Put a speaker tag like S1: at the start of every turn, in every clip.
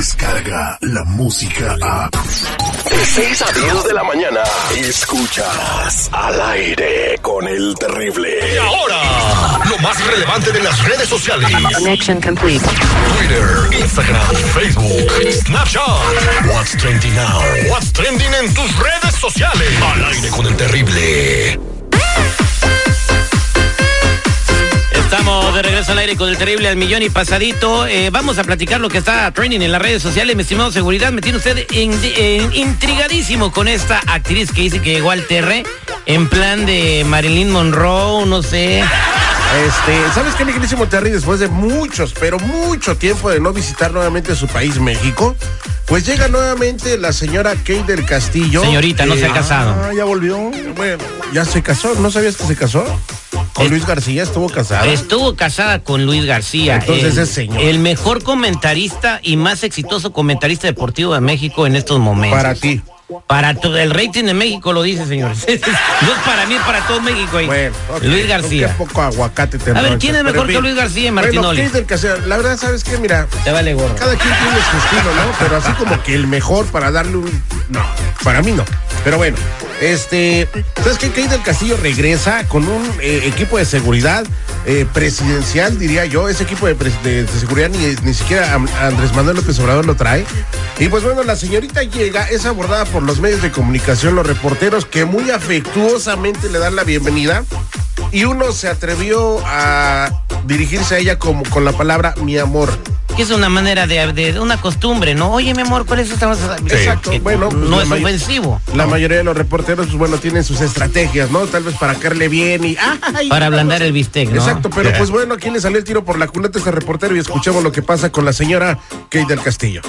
S1: Escucha la música a.
S2: De 6 a 10 de la mañana. Escuchas al aire con el terrible.
S3: Y ahora, lo más relevante de las redes sociales:
S4: Connection complete.
S3: Twitter, Instagram, Facebook, Snapchat. What's trending now? What's trending en tus redes sociales? Al aire con el terrible.
S5: Estamos de regreso al aire con el terrible al millón y pasadito. Eh, vamos a platicar lo que está trending en las redes sociales. Mi estimado seguridad, me tiene usted in- eh, intrigadísimo con esta actriz que dice que llegó al terre en plan de Marilyn Monroe, no sé.
S6: Ah. Este, ¿sabes qué, mi queridísimo Terry? Después de muchos, pero mucho tiempo de no visitar nuevamente su país, México, pues llega nuevamente la señora Kate del Castillo.
S5: Señorita, no se ha casado.
S6: Ah, ya volvió. Bueno, ya se casó. ¿No sabías que se casó? Con
S5: Es-
S6: Luis García estuvo casada.
S5: Estuvo casada con Luis García.
S6: Entonces
S5: el,
S6: es señor.
S5: El mejor comentarista y más exitoso comentarista deportivo de México en estos momentos.
S6: Para ti.
S5: Para todo el rating de México lo dice, señores. no es para mí, es para todo México. ahí.
S6: Bueno, ok,
S5: Luis
S6: Qué
S5: García.
S6: poco aguacate te
S5: A ver,
S6: enronchas,
S5: ¿quién es
S6: pero
S5: mejor
S6: en
S5: que
S6: fin.
S5: Luis García y
S6: Bueno,
S5: Martinoli?
S6: Kate del Castillo, la verdad, ¿sabes qué? Mira,
S5: Te vale gorro.
S6: cada quien tiene su estilo, ¿no? Pero así como que el mejor para darle un. No, para mí no. Pero bueno, este. ¿Sabes qué? Kate del Castillo regresa con un eh, equipo de seguridad eh, presidencial, diría yo. Ese equipo de, pres- de- de seguridad ni, ni siquiera Am- Andrés Manuel López Obrador lo trae. Y pues bueno, la señorita llega, es abordada por los medios de comunicación, los reporteros, que muy afectuosamente le dan la bienvenida. Y uno se atrevió a dirigirse a ella como con la palabra mi amor.
S5: Que es una manera de, de- de una costumbre, ¿no? Oye, mi amor, ¿cuál es esta?
S6: Exacto,
S5: Que
S6: bueno, pues,
S5: no
S6: la
S5: es
S6: may-
S5: ofensivo.
S6: La mayoría de los reporteros, pues, bueno, tienen sus estrategias, ¿no? Tal vez para caerle bien y... ¡ay!
S5: Para ablandar el bistec, ¿no?
S6: Exacto, pero pues bueno, aquí le salió el tiro por la culata a este reportero y escuchemos lo que pasa con la señora Kate del Castillo.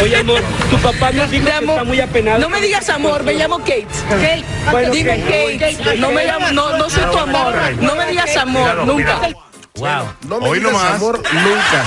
S7: Oye, amor, tu papá nos dijo
S8: Me
S7: que
S8: llamo-
S7: está muy apenado.
S8: No me digas amor, me llamo Kate. Kate.
S7: Bueno,
S8: Dime
S7: Kate.
S8: Kate. No me llamo, no, no soy tu amor. No me digas amor, nunca.
S5: Wow.
S6: No me
S2: Hoy
S6: digas
S2: nomás.
S6: amor nunca.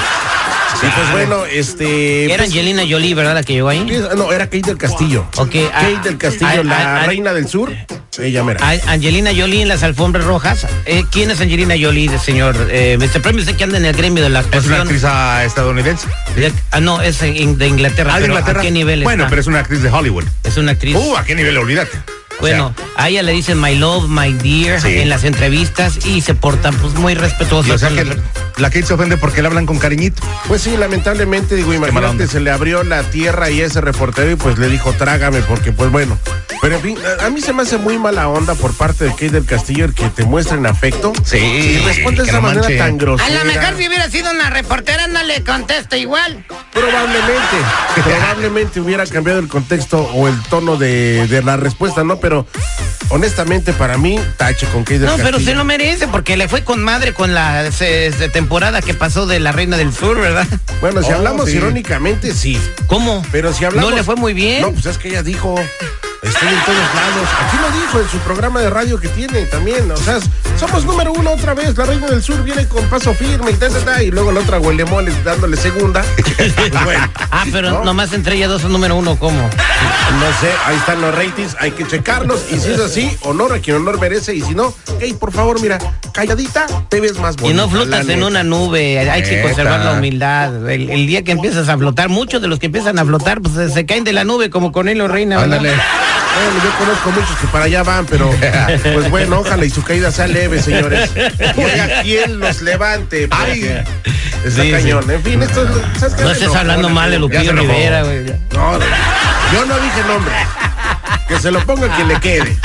S6: Y pues bueno, este...
S5: Era
S6: pues,
S5: Angelina Jolie, ¿verdad? La que llegó ahí.
S6: piensa- no, era Kate del Castillo.
S5: Ok, ah,
S6: Kate del Castillo,
S5: ah,
S6: la
S5: ah, ah,
S6: reina del sur.
S2: eh,
S6: Ella, mira.
S5: A- Angelina Jolie en las alfombras rojas. Eh, ¿Quién es Angelina Jolie, señor? Eh, Mr. Premio, sé que anda en el gremio de la
S2: Es una
S5: actuación.
S2: actriz ah, estadounidense.
S5: De- ah, no, es en- in- de Inglaterra.
S2: Ah, de
S5: pero
S2: Inglaterra.
S5: ¿A qué nivel
S2: bueno,
S5: está?
S2: pero es una actriz de Hollywood.
S5: Es una actriz.
S2: Uh, ¿a qué nivel? Olvídate. O
S5: bueno, a ella le dicen my love, my dear
S2: Sí.
S5: en las entrevistas y se portan pues muy
S2: sea, y
S5: respetuosos.
S2: o sea
S5: con
S2: que
S5: los-
S2: la Kate se ofende porque le hablan con cariñito.
S6: Pues sí, lamentablemente, digo,
S2: mala
S6: imagínate,
S2: onda.
S6: se le abrió la tierra y ese reportero y pues le dijo, trágame, porque pues bueno. Pero en fin, a, a mí se me hace muy mala onda por parte de Kate del Castillo el que te muestren afecto.
S2: Sí,
S6: Y responde de
S2: que
S6: esa
S2: no
S6: manera
S2: manche.
S6: tan grosera.
S5: hubiera sido una reportera no le contesto igual.
S6: Probablemente, probablemente hubiera cambiado el contexto o el tono de, de la respuesta, ¿no? Pero honestamente, para mí, tache con Kate del
S5: No,
S6: Castillo.
S5: pero usted lo merece porque le fue con madre con la se- se- temporada que pasó de la Reina del Sur, ¿verdad?
S6: Bueno, si
S2: Oh,
S6: hablamos
S2: sí.
S6: irónicamente, sí.
S5: ¿Cómo?
S6: Pero si hablamos.
S5: No le fue muy bien.
S6: No, pues es que ella dijo. Estoy en todos lados. Aquí lo dijo en su programa de radio que tiene también. O sea, somos número uno otra vez. La Reina del Sur viene con paso firme y ta, ta, ta, Y luego la otra huele mole dándole segunda. Pues bueno,
S5: Ah, pero
S6: No.
S5: nomás entre ellas dos son número uno, ¿cómo?
S6: no sé. Ahí están los ratings. Hay que checarlos. Y si es así, honor a quien honor merece. Y si no, hey, por favor, mira, calladita, te ves más
S5: Y
S6: bonita.
S5: no flotas
S6: la
S5: en
S6: neta.
S5: una nube, hay que
S2: Neta.
S5: conservar la humildad. El, el día que empiezas a flotar, muchos de los que empiezan a flotar pues, se, se caen de la nube como Cornelio Reina. ¿verdad?
S6: Ándale. Bueno, yo conozco muchos que para allá van, pero pues bueno, ojalá y su caída sea leve, señores. Y haya quien los levante. Ay, está
S5: Sí,
S6: cañón. En fin, esto es- ¿sabes qué?
S5: No estés
S6: Enojona,
S5: hablando mal de
S6: güey.
S2: Ya
S5: Lupillo
S2: se enojó.
S5: Rivera, güey.
S6: No, no, yo no dije nombre. Que se lo ponga quien le quede.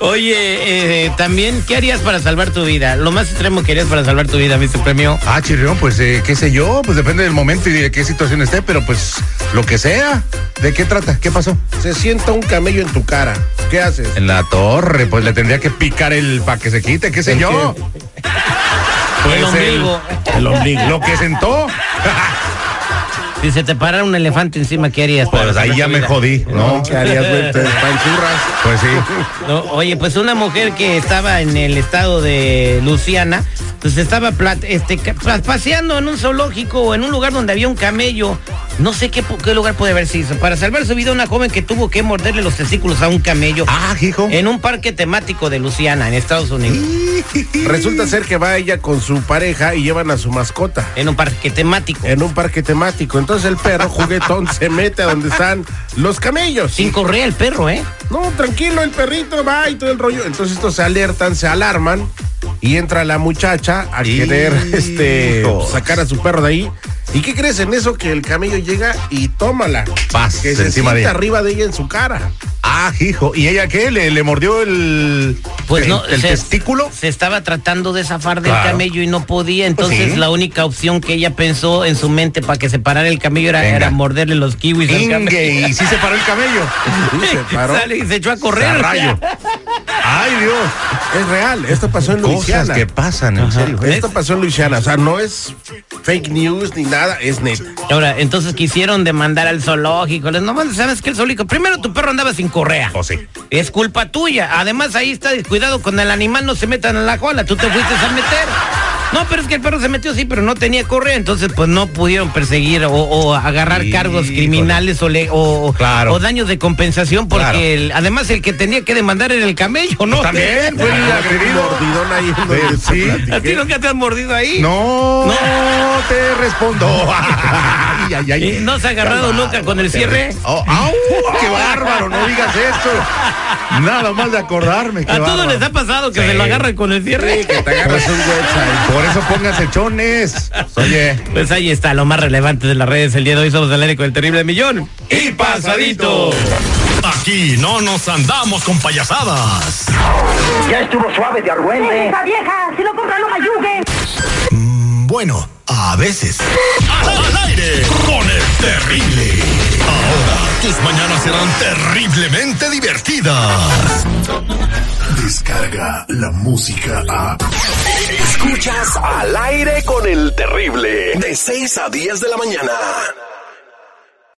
S5: Oye, eh, también, ¿qué harías para salvar tu vida? Lo más extremo que harías para salvar tu vida, Mr. Premio.
S2: Ah, chirrión, pues eh, qué sé yo, pues depende del momento y de qué situación esté, pero pues lo que sea. ¿De qué trata? ¿Qué pasó?
S6: Se sienta un camello en tu cara. ¿Qué haces?
S2: En la torre, pues le tendría que picar el para que se quite, qué sé
S6: ¿El
S2: yo. Pues,
S5: El ombligo.
S2: el ombligo. Lo que sentó.
S5: Si se te parara un elefante encima, ¿qué harías? para
S2: Pues ahí
S5: salvar
S2: ya
S5: tu
S2: me
S5: vida?
S2: jodí, ¿no?
S6: ¿Qué harías, güey? Te panchurras.
S2: Pues sí.
S5: No, oye, pues una mujer que estaba en el estado de Luciana, pues estaba plat- este, ca- pa- paseando en un zoológico o en un lugar donde había un camello. No sé qué, pu- qué lugar puede haber sido. Para salvar su vida, una joven que tuvo que morderle los testículos a un camello
S2: Ah, hijo.
S5: en un parque temático de Luciana, en Estados Unidos.
S6: Resulta ser que va ella con su pareja y llevan a su mascota.
S5: En un parque temático.
S6: En un parque temático. Entonces el perro juguetón se mete a donde están los camellos.
S5: Sin correa el perro, ¿eh?
S6: No, tranquilo, el perrito va y todo el rollo. Entonces estos se alertan, se alarman y entra la muchacha a querer este
S2: Hijos.
S6: sacar a su perro de ahí. ¿Y qué crees en eso? Que el camello llega y tómala.
S2: Paz,
S6: que se
S2: encima
S6: sienta
S2: de ella.
S6: arriba de ella en su cara.
S2: Ah, hijo. ¿Y ella qué? ¿Le, le mordió el,
S5: Pues
S2: el,
S5: no,
S2: el
S5: se-
S2: testículo?
S5: Se estaba tratando de zafar del
S2: Claro. Pues
S5: camello y no podía. Entonces,
S2: sí.
S5: la única opción que ella pensó en su mente para que se parara el camello era,
S2: Venga.
S5: era morderle los kiwis al camello.
S2: Ingue, y sí se paró el camello.
S6: Y se paró.
S5: Sale y se echó a correr.
S2: A rayo. Ay, Dios.
S6: Es real, esto pasó en
S2: Cosas
S6: Luisiana.
S2: que pasan, en serio.
S6: Esto pasó en Luisiana, o sea, no es fake news ni nada, es neta.
S5: Ahora, entonces quisieron demandar al zoológico. Les no mames, sabes que el zoológico. Primero tu perro andaba sin correa.
S2: O sí.
S5: Es culpa tuya. Además, ahí está descuidado con el animal, no se metan en la cola. Tú te fuiste a meter. No, pero es que el perro se metió, sí, pero no tenía correa. Entonces, pues no pudieron perseguir o, o agarrar
S2: Híjole.
S5: cargos criminales o, le- o, o-
S2: Claro.
S5: o daños de compensación. Porque
S2: Claro. Pues
S5: el- además, el que tenía que demandar era el camello, ¿no?
S2: También fue el agredido.
S6: Mordidón ahí en
S2: Eh,
S6: donde te
S2: sí.
S6: platiqué.
S5: ¿A ti nunca te has mordido ahí?
S2: No, no te respondo. Ay, ay, ay.
S5: ¿Y no se ha agarrado
S2: Calmado,
S5: nunca con el
S2: te
S5: cierre?
S2: re- Oh, ¡Au! ¡Qué bárbaro! No digas eso. Nada más de acordarme. qué
S5: A todos
S2: bárbaro.
S5: les ha pasado que
S2: Sí.
S5: se lo agarran con el cierre.
S6: Que te agarras un website.
S2: Por eso pónganse chones. Oye.
S5: Pues ahí está, lo más relevante de las redes el día de hoy. Somos el aire con el terrible millón.
S3: Y pasadito. Aquí no nos andamos con payasadas.
S4: Ya estuvo suave de argüente.
S9: ¡Esa vieja! ¡Si lo compran, no me ayude!
S3: Mm, Bueno, a veces. Al, al aire con el terrible. Ahora tus mañanas serán terriblemente divertidas.
S1: Descarga la música a.
S10: Escuchas al aire con el terrible. De 6 a 10 de la mañana.